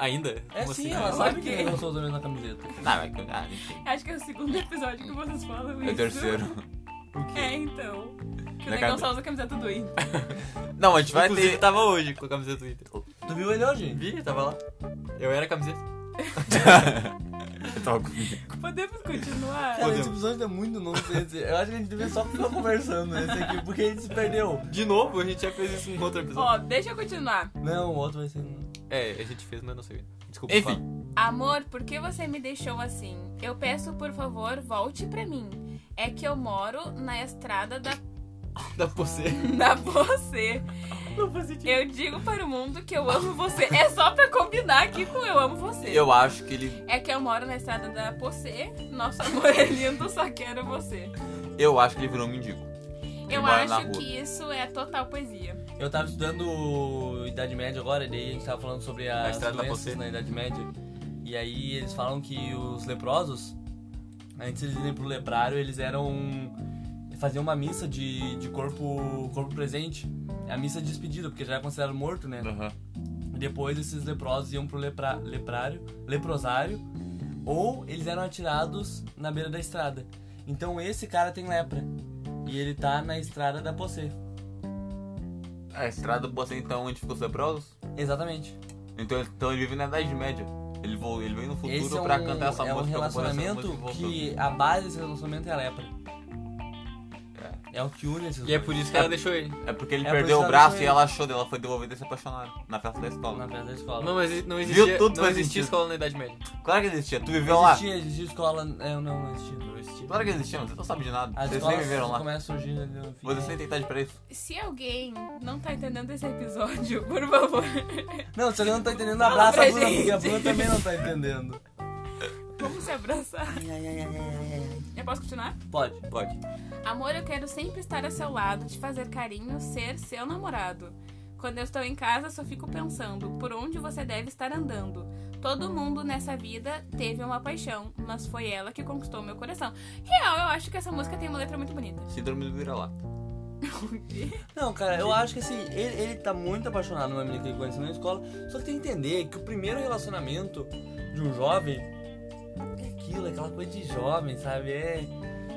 Speaker 4: Ainda?
Speaker 1: É
Speaker 4: Como
Speaker 2: tá
Speaker 1: sim,
Speaker 4: assim?
Speaker 1: ela sabe que
Speaker 3: quê?
Speaker 1: eu não sou usando a camiseta.
Speaker 2: Não, é que- ah, enfim.
Speaker 3: Acho que é o segundo episódio que vocês falam isso.
Speaker 2: É o terceiro.
Speaker 3: É, então. Que
Speaker 2: Na
Speaker 3: o Negão
Speaker 2: cabe-
Speaker 3: só usa a camiseta do I.
Speaker 2: Não, a gente vai
Speaker 4: Inclusive,
Speaker 2: ter.
Speaker 4: tava hoje com a camiseta do Inter.
Speaker 1: Tu viu ele hoje?
Speaker 4: Vi, tava lá. Eu era a camiseta.
Speaker 3: Podemos continuar?
Speaker 1: Cara,
Speaker 4: Podemos.
Speaker 1: esse episódio é muito novo. esse- Eu acho que a gente devia só ficar conversando esse aqui, porque a gente se perdeu.
Speaker 4: De novo, a gente já fez isso em outro episódio.
Speaker 3: Ó, deixa eu continuar.
Speaker 1: Não, o outro vai ser. um-
Speaker 4: É, a gente fez, mas não sei. Desculpa.
Speaker 2: Enfim,
Speaker 3: Amor, por que você me deixou assim? Eu peço, por favor, volte pra mim. É que eu moro na estrada da.
Speaker 4: da você.
Speaker 3: Na você.
Speaker 1: Não faz sentido.
Speaker 3: Eu digo para o mundo que eu amo você. É só pra combinar aqui com eu amo você.
Speaker 2: Eu acho que ele.
Speaker 3: É que eu moro na estrada da Pocê. Nosso amor é lindo, só quero você.
Speaker 2: Eu acho que ele virou um mendigo. Ele
Speaker 3: Eu
Speaker 2: mora na
Speaker 3: acho
Speaker 2: rua.
Speaker 3: que isso é total poesia.
Speaker 1: Eu tava estudando Idade Média agora, e daí a gente tava falando sobre
Speaker 2: Na
Speaker 1: as
Speaker 2: Estrada da
Speaker 1: doenças
Speaker 2: Pocê.
Speaker 1: na Idade Média. E aí eles falam que os leprosos, antes de eles irem pro leprário, eles eram... faziam uma missa de, de corpo, corpo presente. É a missa de despedida, porque já é considerado morto, né? E Depois esses leprosos iam pro lepra, leprário, leprosário, ou eles eram atirados na beira da estrada. Então esse cara tem lepra. E ele tá na estrada da Pocê.
Speaker 2: A estrada do Bocê, então, onde ficou os leprosos?
Speaker 1: Exatamente.
Speaker 2: Então, então ele vive na Idade Média. Ele, vo- ele veio no futuro
Speaker 1: Esse é um,
Speaker 2: pra cantar essa
Speaker 1: é um
Speaker 2: música. pra pôr essa
Speaker 1: relacionamento
Speaker 2: música e voltou.
Speaker 1: que a base desse relacionamento é a lepra. É, o que une esses
Speaker 4: E é
Speaker 1: dois.
Speaker 4: por isso que ela deixou ele.
Speaker 2: É porque ele
Speaker 1: É por
Speaker 2: perdeu
Speaker 1: isso
Speaker 2: o
Speaker 1: que ela
Speaker 2: braço
Speaker 1: deixou
Speaker 2: e
Speaker 1: ele.
Speaker 2: ela achou dela, foi devolvida e se apaixonaram na festa da escola.
Speaker 1: Na festa da escola.
Speaker 4: Não, mas não
Speaker 2: Viu?
Speaker 4: existia,
Speaker 2: Tudo
Speaker 4: não
Speaker 2: faz
Speaker 4: existia
Speaker 2: sentido.
Speaker 4: escola na Idade Média.
Speaker 2: Claro que existia, tu viveu
Speaker 1: não
Speaker 2: lá.
Speaker 1: existia, existia escola. É, não, não existia.
Speaker 2: Claro que existia, mas você não sabe de nada.
Speaker 1: As
Speaker 2: Vocês nem
Speaker 1: escolas
Speaker 2: viveram lá.
Speaker 1: começam a surgir ali no fim.
Speaker 2: Vocês nem têm idade pra isso.
Speaker 3: Se alguém não tá entendendo esse episódio, por favor,
Speaker 1: Não, se alguém não tá entendendo, abraça
Speaker 3: pra
Speaker 1: a Bruna, porque a
Speaker 3: gente.
Speaker 1: Bruna também não tá entendendo.
Speaker 3: vamos se abraçar. Eu posso continuar?
Speaker 1: Pode.
Speaker 2: Pode.
Speaker 3: Amor, eu quero sempre estar a seu lado, te fazer carinho, ser seu namorado. Quando eu estou em casa, só fico pensando por onde você deve estar andando. Todo mundo nessa vida teve uma paixão, mas foi ela que conquistou meu coração. Real, eu acho que essa música tem uma letra muito bonita.
Speaker 2: Síndrome do Vira-Lata.
Speaker 1: É, Não, cara, eu acho que assim, ele, ele tá muito apaixonado numa menina que ele conheceu na escola, só que tem que entender que o primeiro relacionamento de um jovem é aquilo, é aquela coisa de jovem, sabe? É.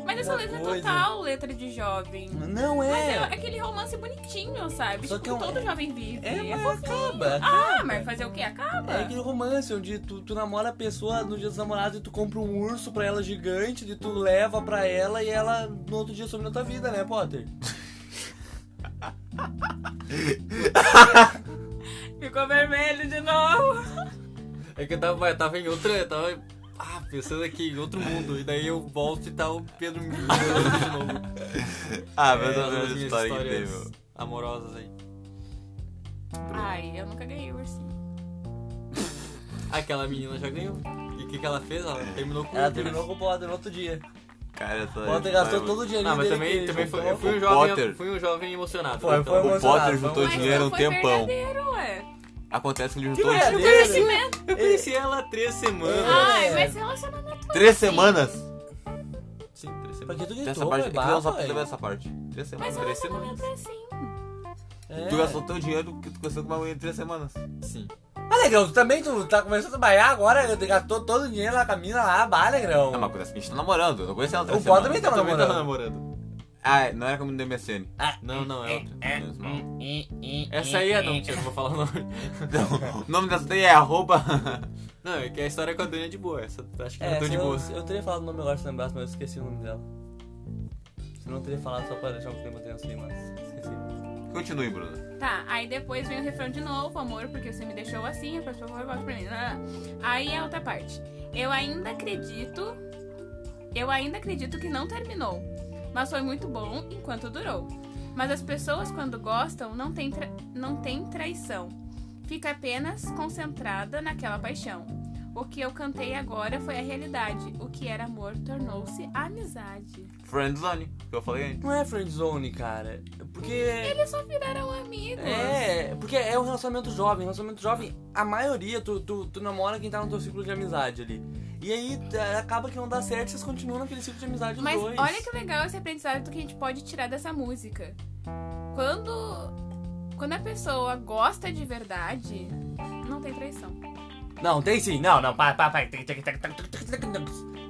Speaker 3: Mas essa
Speaker 1: Uma
Speaker 3: letra é
Speaker 1: coisa.
Speaker 3: total letra de jovem.
Speaker 1: Não
Speaker 3: Mas é
Speaker 1: é!
Speaker 3: aquele romance bonitinho, sabe?
Speaker 1: Só
Speaker 3: tipo,
Speaker 1: que é um-
Speaker 3: todo jovem vive.
Speaker 1: É,
Speaker 3: É
Speaker 1: mas
Speaker 3: fofinho.
Speaker 1: acaba,
Speaker 3: Ah, mas fazer o quê? Acaba.
Speaker 1: É aquele romance onde tu, tu namora a pessoa no dia dos namorados e tu compra um urso pra ela gigante, e tu leva pra ela e ela no outro dia some na tua vida, né, Potter?
Speaker 3: Ficou vermelho de novo.
Speaker 4: É que eu tava, eu tava em outra. Eu tava ah, pensando aqui em outro mundo. E daí eu volto e tá o Pedro me mandando de novo.
Speaker 2: Ah,
Speaker 4: É,
Speaker 2: meu Deus,
Speaker 4: as
Speaker 2: é,
Speaker 4: minhas
Speaker 2: história
Speaker 4: histórias
Speaker 2: incrível.
Speaker 4: amorosas aí.
Speaker 3: Ai, eu nunca ganhei o ursinho.
Speaker 4: Aquela menina já ganhou. E o que, que ela fez? Ela terminou com
Speaker 1: Ela
Speaker 4: o-
Speaker 1: terminou com o Potter no outro dia.
Speaker 2: Cara, essa
Speaker 1: O
Speaker 2: história- é
Speaker 1: Potter gastou todo o dinheiro
Speaker 4: Ah, mas
Speaker 1: dele
Speaker 4: também,
Speaker 1: que
Speaker 4: também foi, eu
Speaker 1: foi.
Speaker 4: fui um
Speaker 2: O
Speaker 4: jovem,
Speaker 2: Potter.
Speaker 4: fui um jovem emocionado.
Speaker 1: Foi,
Speaker 4: então.
Speaker 1: foi
Speaker 2: O
Speaker 1: emocionado,
Speaker 2: Potter juntou
Speaker 1: vamos lá.
Speaker 2: dinheiro
Speaker 3: não
Speaker 2: um
Speaker 3: foi
Speaker 2: tempão.
Speaker 3: verdadeiro, ué.
Speaker 2: Acontece que ele
Speaker 1: Que
Speaker 2: juntou
Speaker 1: merda!
Speaker 2: dinheiro.
Speaker 3: Conhecimento.
Speaker 4: Eu conheci ela há três semanas.
Speaker 1: Ah.
Speaker 3: Ai, mas relacionamento... é assim.
Speaker 2: Três semanas.
Speaker 4: Sim, três
Speaker 1: Pra que
Speaker 4: semanas.
Speaker 1: tu
Speaker 2: Tem
Speaker 1: gritou,
Speaker 2: essa parte.
Speaker 1: é
Speaker 2: é que não
Speaker 1: baba,
Speaker 2: só pra
Speaker 1: velho.
Speaker 2: levar essa parte. Três
Speaker 3: Mas
Speaker 2: semanas. Três semanas.
Speaker 3: relacionamento é assim.
Speaker 1: É.
Speaker 2: Tu gastou teu dinheiro que tu gastou com uma mulher em três semanas.
Speaker 4: Sim.
Speaker 1: Ah, Negrão, tu também tu tá começando a trabalhar agora, tu gastou todo o dinheiro lá com a mina lá, bah, Negrão.
Speaker 2: É uma coisa assim, a gente tá namorando. Eu não conheci ela há três
Speaker 1: O Potter também
Speaker 2: semanas.
Speaker 1: tava
Speaker 4: Também tava
Speaker 1: tá namorando.
Speaker 4: namorando.
Speaker 2: Ah, não era como no MSN.
Speaker 4: Não, não, é outra.
Speaker 2: Menos mal.
Speaker 3: Hum,
Speaker 4: Essa aí é não, tia, não vou falar o nome.
Speaker 2: Então, o nome dessa daí é arroba.
Speaker 4: Não, é que a história com a Dani é de boa. Essa acho que
Speaker 1: É,
Speaker 4: é, tô
Speaker 1: se
Speaker 4: de boa.
Speaker 1: eu, eu teria falado o nome agora se lembrasse, mas eu esqueci o nome dela. Se não eu teria falado só pra deixar um clima tenso aí, mas esqueci.
Speaker 2: Continue, Bruno.
Speaker 3: Tá, aí depois vem o refrão de novo, amor, porque você me deixou assim, por favor, volta pra mim. Ah, Aí a outra parte. Eu ainda acredito. Eu ainda acredito que não terminou. Mas foi muito bom enquanto durou. Mas as pessoas, quando gostam, não tem, tra- não tem traição. Fica apenas concentrada naquela paixão. O que eu cantei agora foi a realidade. O que era amor tornou-se amizade.
Speaker 2: Friendzone, que eu falei antes.
Speaker 1: Não é friendzone, cara. Porque.
Speaker 3: Eles só viraram amigos.
Speaker 1: É, porque é um relacionamento jovem. Relacionamento jovem, a maioria, tu, tu, tu namora quem tá no teu ciclo de amizade ali. E aí tá, acaba que não dá certo, vocês continuam naquele ciclo de amizade os
Speaker 3: Mas
Speaker 1: dois.
Speaker 3: olha que legal esse aprendizado que a gente pode tirar dessa música. Quando, quando a pessoa gosta de verdade, não tem traição.
Speaker 1: Não, tem sim. Não, não, pá, pá, pá.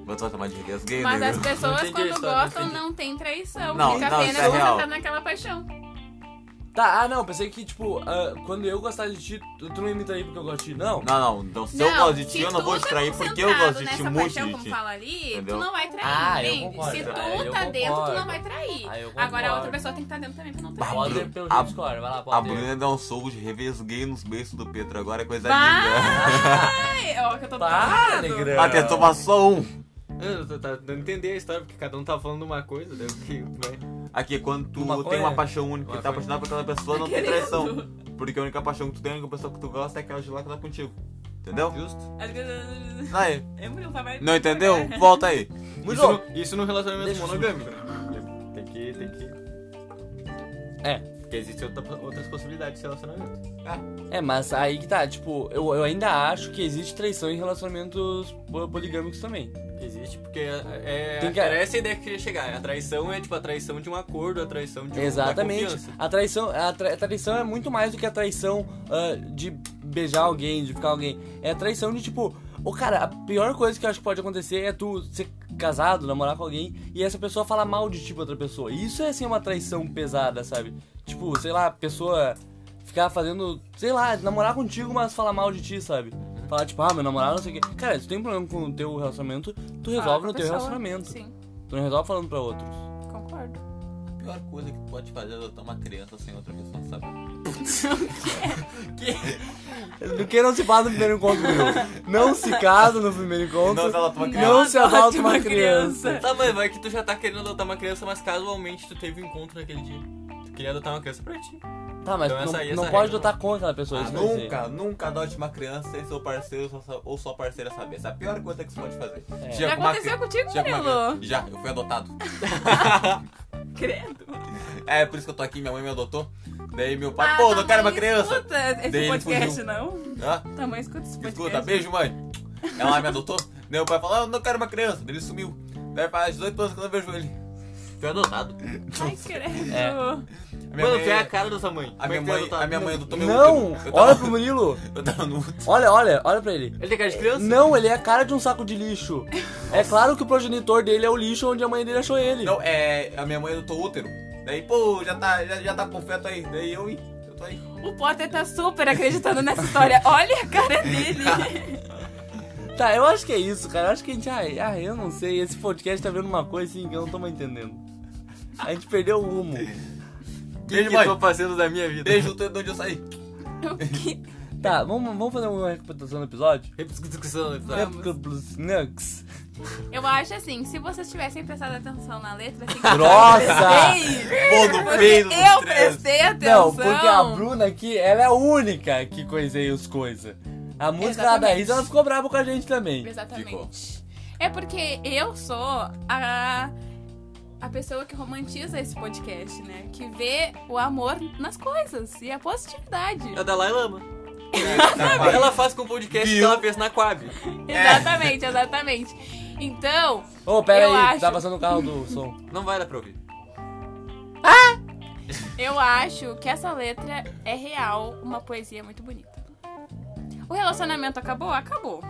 Speaker 2: Mas tu vai tomar de riqueza gay,
Speaker 3: Mas é assim.
Speaker 2: né,
Speaker 3: as
Speaker 2: viu?
Speaker 3: pessoas,
Speaker 4: Não entendi
Speaker 3: quando
Speaker 4: a história, não
Speaker 3: gostam,
Speaker 4: entendi.
Speaker 3: não tem traição.
Speaker 2: Não,
Speaker 3: Fica
Speaker 2: não,
Speaker 3: apenas
Speaker 2: isso é real.
Speaker 3: concentrada naquela paixão.
Speaker 1: Tá, ah, não, pensei que, tipo, ah, quando eu gostar de ti, tu, tu não imita aí porque eu gosto de ti. Não.
Speaker 2: Não, não, não. Se eu
Speaker 3: Não,
Speaker 2: gosto de
Speaker 3: se
Speaker 2: ti, eu não
Speaker 3: tu
Speaker 2: vou
Speaker 3: tá
Speaker 2: te trair porque eu
Speaker 3: concentrado
Speaker 2: gosto de ti
Speaker 3: nessa é
Speaker 2: muito
Speaker 3: paixão,
Speaker 2: de
Speaker 3: como
Speaker 2: ti.
Speaker 3: fala ali,
Speaker 2: Entendeu?
Speaker 3: tu não vai trair,
Speaker 1: Ah, eu
Speaker 3: entende?
Speaker 1: concordo.
Speaker 3: Se tu
Speaker 1: Ah, eu
Speaker 3: tá dentro, tu
Speaker 1: concordo.
Speaker 3: não vai trair.
Speaker 1: Ah, eu concordo.
Speaker 3: Agora a outra pessoa tem que estar dentro também pra não trair.
Speaker 1: Pode
Speaker 2: Bru-
Speaker 1: pelo
Speaker 2: a-
Speaker 1: jeito score, vai lá,
Speaker 2: A
Speaker 1: pode.
Speaker 2: Bruna dá um soco de revés gay nos beiços do Pedro agora, é coisa linda.
Speaker 3: Vai! Ó, que eu tô
Speaker 1: Para,
Speaker 3: tocando.
Speaker 1: negrão.
Speaker 2: Ah, tentou tomar só um.
Speaker 4: Eu tô- tá dando a entender a história, porque cada um tá falando uma coisa, daí o que vai.
Speaker 2: Aqui, quando tu
Speaker 1: Uma
Speaker 2: tem
Speaker 1: coisa-
Speaker 2: uma paixão única e tá
Speaker 4: Maconha.
Speaker 2: apaixonado por aquela pessoa, não tem
Speaker 3: Querendo.
Speaker 2: traição. Porque a única paixão que tu tem, a única pessoa que tu gosta é aquela de lá que tá contigo. Entendeu?
Speaker 4: Justo.
Speaker 2: Aí.
Speaker 3: Eu não tava-
Speaker 2: Não entendeu? Volta aí.
Speaker 1: Muito
Speaker 4: isso,
Speaker 1: bom.
Speaker 4: no, isso no relacionamento
Speaker 1: Deixa eu-
Speaker 4: monogâmico, né? Tem que, tem que...
Speaker 1: É.
Speaker 4: Porque existem outra- outras possibilidades de relacionamento.
Speaker 1: É, mas aí que tá, tipo, eu, eu ainda acho que existe traição em relacionamentos po- poligâmicos também.
Speaker 4: Existe, porque é, é-
Speaker 1: Tem que-
Speaker 4: era essa a ideia que eu queria chegar. A traição é tipo a traição de um acordo, a traição de um, da
Speaker 1: Exatamente.
Speaker 4: confiança.
Speaker 1: A traição, a, tra- a traição é muito mais do que a traição ah, de beijar alguém, de ficar alguém. É a traição de tipo, ô cara, a pior coisa que eu acho que pode acontecer é tu ser casado, namorar com alguém e essa pessoa falar mal de tipo outra pessoa. Isso é assim uma traição pesada, sabe? Tipo, sei lá, a pessoa ficar fazendo, sei lá, namorar contigo, mas falar mal de ti, sabe? Falar tipo, ah, meu namorado, não sei o quê. Cara, se tu tem problema com o teu relacionamento, tu
Speaker 3: Fala com
Speaker 1: resolve no
Speaker 3: a
Speaker 1: teu
Speaker 3: pessoa.
Speaker 1: relacionamento.
Speaker 3: Sim,
Speaker 1: Tu não resolve falando pra outros.
Speaker 3: concordo.
Speaker 2: A pior coisa que tu pode fazer é adotar uma criança sem outra pessoa, sabe?
Speaker 1: Do que não se faz no primeiro encontro, Will? Não se casa no primeiro encontro.
Speaker 2: Não, ela toma criança.
Speaker 4: Ah,
Speaker 1: Não se adota
Speaker 3: adote
Speaker 1: uma criança.
Speaker 4: Tá, mas vai que tu já tá querendo adotar uma criança, mas casualmente tu teve um encontro naquele dia. Tu queria adotar uma criança pra ti.
Speaker 1: Tá, mas
Speaker 4: Então
Speaker 1: não,
Speaker 4: essa aí,
Speaker 1: não
Speaker 4: essa
Speaker 1: pode
Speaker 4: regra.
Speaker 1: lutar contra aquela pessoa.
Speaker 2: Ah,
Speaker 1: isso que eu ia dizer.
Speaker 4: é.
Speaker 2: nunca, nunca adote uma criança sem seu parceiro ou sua- ou sua parceira saber. Essa é a pior coisa que você pode fazer.
Speaker 1: É.
Speaker 2: Já
Speaker 3: Já
Speaker 2: com uma
Speaker 3: aconteceu
Speaker 2: cri-
Speaker 3: contigo,
Speaker 2: já com uma
Speaker 3: Murilo?
Speaker 2: criança- Já, eu fui adotado.
Speaker 3: Credo.
Speaker 2: É, por isso que eu tô aqui, minha mãe me adotou. Daí meu pai, pô, não quero uma criança.
Speaker 3: Ah, tá Escuta esse
Speaker 2: Daí ele
Speaker 3: podcast,
Speaker 2: fugiu.
Speaker 3: não?
Speaker 2: Hã?
Speaker 3: Tua mãe escuta esse podcast.
Speaker 2: Escuta, beijo, mãe. Ela me adotou. Daí meu pai falou, ah, eu não quero uma criança. Daí ele sumiu. Daí faz 18 anos que eu não vejo ele.
Speaker 4: Tu é adotado?
Speaker 3: Ai, credo.
Speaker 1: É.
Speaker 2: A minha
Speaker 4: Mano,
Speaker 2: mãe-
Speaker 4: tu é a cara da sua mãe.
Speaker 2: A minha
Speaker 4: Como é que
Speaker 2: mãe,
Speaker 4: tu é adotado?
Speaker 2: a minha mãe adotou meu
Speaker 1: Não!
Speaker 2: Eu tava,
Speaker 1: Olha pro Murilo!
Speaker 2: eu tava no útero.
Speaker 1: Olha, olha, olha pra ele.
Speaker 4: Ele tem cara de criança?
Speaker 1: Não, ele é a cara de um saco de lixo. É claro que o progenitor dele é o lixo onde a mãe dele achou ele.
Speaker 2: Não, é. A minha mãe adotou o útero. Daí, pô, já tá, já, já tá com feto aí. Daí eu, ih, eu tô aí.
Speaker 3: O Potter tá super acreditando nessa história. Olha a cara dele.
Speaker 1: Tá, eu acho que é isso, cara. Eu acho que a gente. Ah, ah, eu não sei. Esse podcast tá vendo uma coisa assim que eu não tô mais entendendo. A gente perdeu o rumo.
Speaker 4: O que,
Speaker 2: Beijo,
Speaker 4: que eu
Speaker 2: mãe.
Speaker 4: tô fazendo da minha vida?
Speaker 2: Beijo o útero de onde eu saí.
Speaker 3: O quê?
Speaker 1: Tá, vamos, vamos fazer uma recapitulação do episódio?
Speaker 4: Repiscutiscussão do episódio.
Speaker 3: Vamos.
Speaker 1: Snux.
Speaker 3: Eu acho assim, se vocês tivessem prestado atenção na letra, assim,
Speaker 1: Grossa!
Speaker 2: Pô, no peito dos
Speaker 3: eu
Speaker 2: três.
Speaker 3: prestei atenção.
Speaker 1: Não, porque a Bruna aqui, ela é a única que coisei os coisas. A música lá da
Speaker 3: Exatamente.
Speaker 1: Isa, ela ficou brava com a gente também.
Speaker 3: Exatamente. É porque eu sou a, a pessoa que romantiza esse podcast, né? Que vê o amor nas coisas e a positividade.
Speaker 4: É a Dalai Lama.
Speaker 2: Tá, vai.
Speaker 4: Ela faz com o podcast que
Speaker 2: Viu?
Speaker 4: ela fez na Quab.
Speaker 3: Exatamente, exatamente. Então,
Speaker 1: Ô, pera
Speaker 3: Eu
Speaker 1: aí,
Speaker 3: acho.
Speaker 1: tá passando o carro do som.
Speaker 4: Não vai dar pra ouvir.
Speaker 3: eu acho que essa letra é real, uma poesia muito bonita. O relacionamento acabou? Acabou.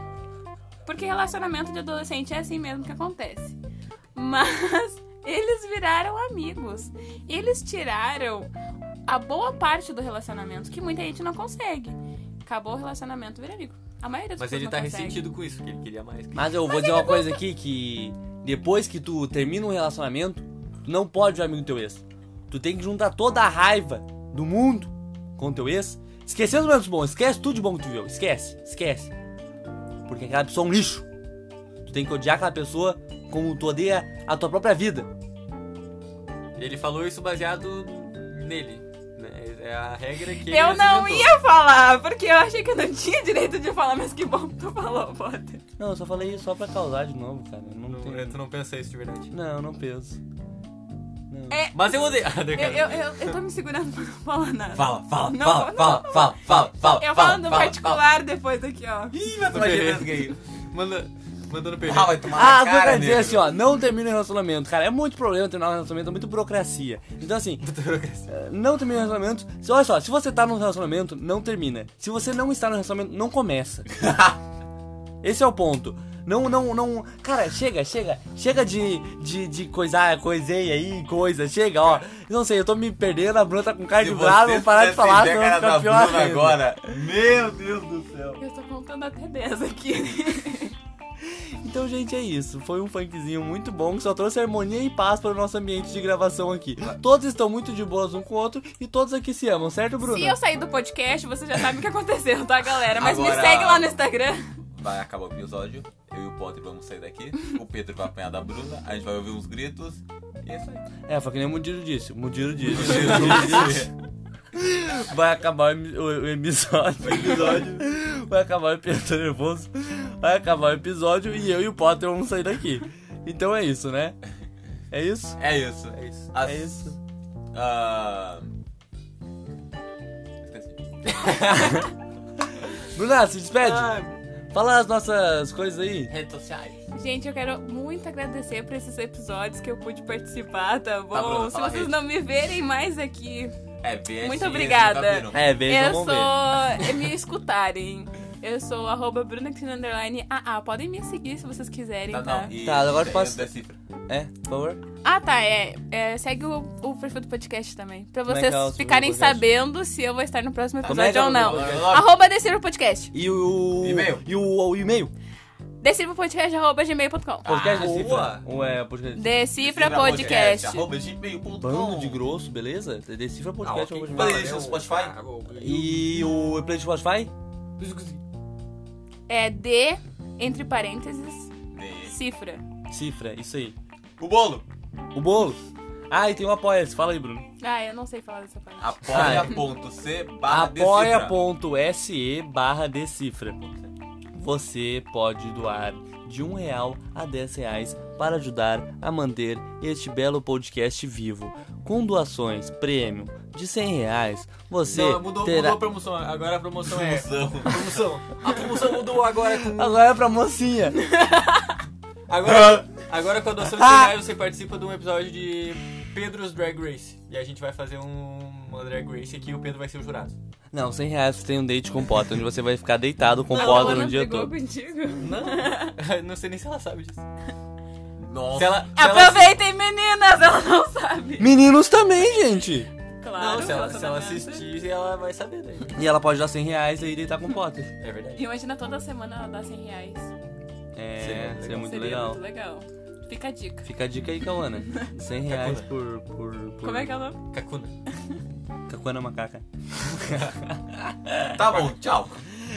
Speaker 3: Porque relacionamento de adolescente é assim mesmo que acontece. Mas eles viraram amigos. Eles tiraram a boa parte do relacionamento, que muita gente não consegue. Acabou o relacionamento, vira amigo. A maioria das
Speaker 4: Mas
Speaker 3: pessoas
Speaker 4: ele
Speaker 3: não
Speaker 4: tá
Speaker 3: consegue.
Speaker 4: ressentido com isso, porque ele queria mais.
Speaker 1: Mas eu vou
Speaker 3: é
Speaker 1: dizer uma coisa aqui, que depois que tu termina um relacionamento, tu não pode ser amigo do teu ex. Tu tem que juntar toda a raiva do mundo com o teu ex. Esquecer os momentos bons, esquece tudo de bom que tu viu. Esquece, esquece. Porque aquela pessoa é um lixo. Tu tem que odiar aquela pessoa como tu odeia a tua própria vida.
Speaker 4: Ele falou isso baseado nele. né? É a regra que
Speaker 3: eu
Speaker 4: ele
Speaker 3: não
Speaker 4: inventou.
Speaker 3: ia falar, porque eu achei que eu não tinha direito de falar, mas que bom que tu falou, Potter.
Speaker 1: Não, eu só falei isso só pra causar de novo, cara. Eu não,
Speaker 4: Não,
Speaker 1: tenho-
Speaker 4: é, tu não pensa isso de verdade.
Speaker 1: Não, eu não penso. Não.
Speaker 3: É,
Speaker 4: Mas eu odeio. Ah,
Speaker 3: Eu, eu, eu, eu tô me segurando pra não falar nada.
Speaker 2: Fala, fala,
Speaker 3: Não,
Speaker 2: fala,
Speaker 3: não,
Speaker 2: fala, fala, fala, fala.
Speaker 3: eu
Speaker 2: fala,
Speaker 3: falo
Speaker 2: fala,
Speaker 3: no
Speaker 2: fala.
Speaker 3: particular depois aqui, ó.
Speaker 2: Ih, vai tomar de gay.
Speaker 4: Manda, mandando perder.
Speaker 2: Ah, vai tomar
Speaker 1: Ah,
Speaker 2: na
Speaker 1: eu
Speaker 2: cara,
Speaker 1: quero dizer
Speaker 2: negro.
Speaker 1: assim, ó, não termina o relacionamento, cara. É muito problema terminar o relacionamento, é muito burocracia. Então, assim, eh, não termina o relacionamento. Se- Olha só, se você tá num relacionamento, não termina. Se você não está no relacionamento, não começa. Esse é o ponto. Não, não, não. Cara, chega, chega. Chega de, de, de coisar, coisei aí, coisa. Chega, ó. Eu não sei, eu tô me perdendo, a Bruna tá com cara
Speaker 2: Se
Speaker 1: de
Speaker 2: vocês
Speaker 1: brava, vou parar de
Speaker 2: tivessem
Speaker 1: falar,
Speaker 2: ver
Speaker 1: senão
Speaker 2: a cara
Speaker 1: fica
Speaker 2: da
Speaker 1: pior
Speaker 2: Bruna
Speaker 1: ainda.
Speaker 2: agora. Meu Deus do céu.
Speaker 3: Eu tô contando até 10 aqui.
Speaker 1: Então, gente, é isso. Foi um funkzinho muito bom que só trouxe harmonia e paz para o nosso ambiente de gravação aqui. Todos estão muito de boas um com o outro e todos aqui se amam, certo, Bruno?
Speaker 3: Se eu sair do podcast, você já sabe o que aconteceu, tá, galera? Mas me
Speaker 2: Agora-
Speaker 3: segue lá no Instagram.
Speaker 2: Vai acabar o episódio. Eu e o Potter vamos sair daqui. O Pedro vai apanhar da Bruna. A gente vai ouvir uns gritos. E é isso aí.
Speaker 1: É, foi que nem o Mudiro disse. O Mudiro disse. Mudiro disse. Vai acabar o, em- o- o episódio. Vai acabar o episódio. Tô nervoso. Vai acabar o episódio e eu e o Potter vamos sair daqui. Então é isso, né? É isso?
Speaker 2: É isso.
Speaker 4: É isso.
Speaker 2: As-
Speaker 1: É isso.
Speaker 2: Ah, Esqueci.
Speaker 1: Bruna, se despede.
Speaker 4: Ah,
Speaker 1: Fala as nossas coisas aí.
Speaker 2: Redes sociais.
Speaker 3: Gente, eu quero muito agradecer por esses episódios que eu pude participar, tá bom?
Speaker 2: Bruna,
Speaker 3: Se
Speaker 2: fala a
Speaker 3: vocês
Speaker 2: rede.
Speaker 3: não me verem mais aqui,
Speaker 2: É, BS,
Speaker 3: Muito
Speaker 2: eles
Speaker 3: obrigada.
Speaker 2: nunca viram.
Speaker 1: É, beijo,
Speaker 3: eu
Speaker 1: vamos
Speaker 3: sou.
Speaker 1: ver.
Speaker 3: é me escutarem. Eu sou arroba Bruna Cristina Underline AA. Podem me seguir se vocês quiserem,
Speaker 2: Tá,
Speaker 3: tá?
Speaker 2: não. E,
Speaker 1: Tá, agora
Speaker 2: e o
Speaker 1: posso-
Speaker 2: da cifra.
Speaker 1: É, por favor.
Speaker 3: Ah, tá. É, é, segue o, o perfil do podcast também. Pra
Speaker 1: Como é
Speaker 3: vocês
Speaker 1: que é o perfil do
Speaker 3: ficarem
Speaker 1: podcast?
Speaker 3: sabendo se eu vou estar no próximo
Speaker 1: Como é que
Speaker 3: episódio
Speaker 1: é o
Speaker 3: ou não.
Speaker 1: perfil
Speaker 2: do podcast?
Speaker 3: Arroba Descer o Podcast.
Speaker 1: E o.
Speaker 2: E-mail.
Speaker 1: E o, o e-mail. Ah,
Speaker 3: Decifrapodcast.gmail.com.
Speaker 1: Podcast de
Speaker 4: Ah, boa.
Speaker 1: cifra. Ou é podcast de
Speaker 3: Decifra
Speaker 2: Cifra
Speaker 3: Podcast.
Speaker 2: Arroba gmail.com.
Speaker 1: Bando de grosso, beleza? Decifra podcast.
Speaker 2: Ah,
Speaker 1: arroba
Speaker 2: ok.
Speaker 1: gmail. Ah,
Speaker 2: Playlist no Spotify?
Speaker 4: assim.
Speaker 1: E o Play de Spotify?
Speaker 3: É D, entre parênteses,
Speaker 2: De-
Speaker 3: cifra.
Speaker 1: Cifra, isso aí.
Speaker 2: O bolo.
Speaker 1: O bolo? Ah, e tem o Apoia-se. Fala aí, Bruno.
Speaker 3: Ah, eu não sei falar dessa parte.
Speaker 2: Apoia.c barra de cifra.
Speaker 1: Apoia.se barra Decifra. Você pode doar de um real a 10 reais para ajudar a manter este belo podcast vivo. Com doações prêmio de 100 reais, você
Speaker 4: Não, mudou,
Speaker 1: terá...
Speaker 4: mudou a promoção. Agora a promoção é.
Speaker 2: Promoção.
Speaker 4: Promoção. A promoção mudou agora com.
Speaker 1: Agora é pra mocinha.
Speaker 4: Agora,
Speaker 2: Ah.
Speaker 4: agora com a doação de 100 reais você participa de um episódio de Pedro's Drag Race. E a gente vai fazer um, uma Drag Race aqui e o Pedro vai ser o jurado.
Speaker 1: Não, 100 reais você tem um date com o Potter, onde você vai ficar deitado com o
Speaker 3: Não,
Speaker 1: Potter
Speaker 3: ela
Speaker 1: um
Speaker 3: não
Speaker 1: dia
Speaker 3: brigou
Speaker 1: todo.
Speaker 3: contigo.
Speaker 4: Não, não sei nem se ela sabe disso. Se
Speaker 2: Nossa. É
Speaker 4: ela, se ela-
Speaker 3: Aproveitem, meninas! Ela não sabe.
Speaker 1: Meninos também, gente!
Speaker 3: Claro,
Speaker 4: Não, se ela, se ela
Speaker 3: relacionamento.
Speaker 4: assistir, ela vai saber daí.
Speaker 1: E ela pode dar 100 reais e deitar com o Potter.
Speaker 4: É verdade.
Speaker 3: Imagina toda semana ela dar 100 reais.
Speaker 1: É,
Speaker 4: Seria muito
Speaker 1: seria
Speaker 4: legal.
Speaker 1: muito
Speaker 3: Seria
Speaker 1: legal.
Speaker 3: muito legal. Fica a dica.
Speaker 1: Fica a dica aí, Cauana. 100 reais por, por, por.
Speaker 3: Como é que é o nome?
Speaker 4: Kakuna.
Speaker 1: Cacuana macaca.
Speaker 2: Tá bom, tchau.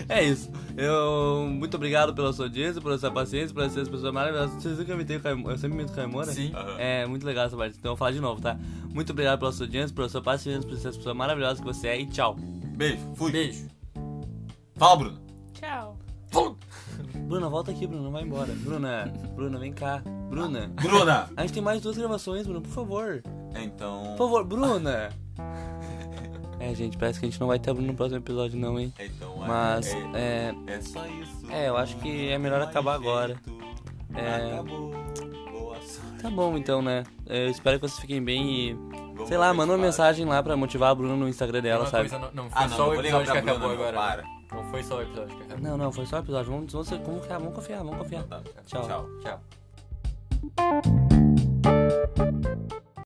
Speaker 1: É isso. Eu. Muito obrigado pela sua audiência, pela sua paciência, por essas pessoas maravilhosas. Vocês nunca imitei o Caimo- Eu sempre imito o Caimora?
Speaker 4: Sim.
Speaker 2: Aham.
Speaker 1: É muito legal essa parte. Então eu vou falar de novo, tá? Muito obrigado pela sua audiência, pela sua paciência, por essas pessoas maravilhosas que você é e tchau.
Speaker 2: Beijo. Fui.
Speaker 4: Beijo.
Speaker 2: Fala, Bruno.
Speaker 3: Tchau.
Speaker 1: Bruna, volta aqui, Bruna, não vai embora. Bruna, Bruna, vem cá. Bruna.
Speaker 2: Bruna.
Speaker 1: A gente tem mais duas gravações, Bruna, por favor.
Speaker 2: Então.
Speaker 1: Por favor, Bruna! É, gente, parece que a gente não vai ter a Bruna no próximo episódio, não, hein?
Speaker 2: Então, é-
Speaker 1: Mas,
Speaker 2: é,
Speaker 1: é.
Speaker 2: é só isso.
Speaker 1: É, eu acho que é melhor
Speaker 2: Não
Speaker 1: acabar
Speaker 2: tem
Speaker 1: agora.
Speaker 2: jeito.
Speaker 1: É.
Speaker 2: Acabou. Boa sorte.
Speaker 1: Tá bom então, né? Eu espero que vocês fiquem bem e.
Speaker 2: Vamos
Speaker 1: Sei lá,
Speaker 2: ver
Speaker 1: manda uma
Speaker 2: se fala.
Speaker 1: mensagem lá pra motivar a Bruna no Instagram
Speaker 4: Tem
Speaker 1: dela,
Speaker 4: uma
Speaker 1: sabe?
Speaker 4: coisa, não, não foi
Speaker 2: Ah, não,
Speaker 4: só
Speaker 2: não
Speaker 4: o
Speaker 2: vou ligar
Speaker 4: episódio que
Speaker 2: pra Bruna,
Speaker 4: acabou
Speaker 2: não,
Speaker 4: agora.
Speaker 2: para.
Speaker 4: né? Não foi só o episódio que acabou.
Speaker 1: Não, não, foi só um episódio. Vamos, vamos, vamos confiar, vamos confiar.
Speaker 4: Tá, tá.
Speaker 1: Tchau.
Speaker 2: Tchau.
Speaker 4: Tchau.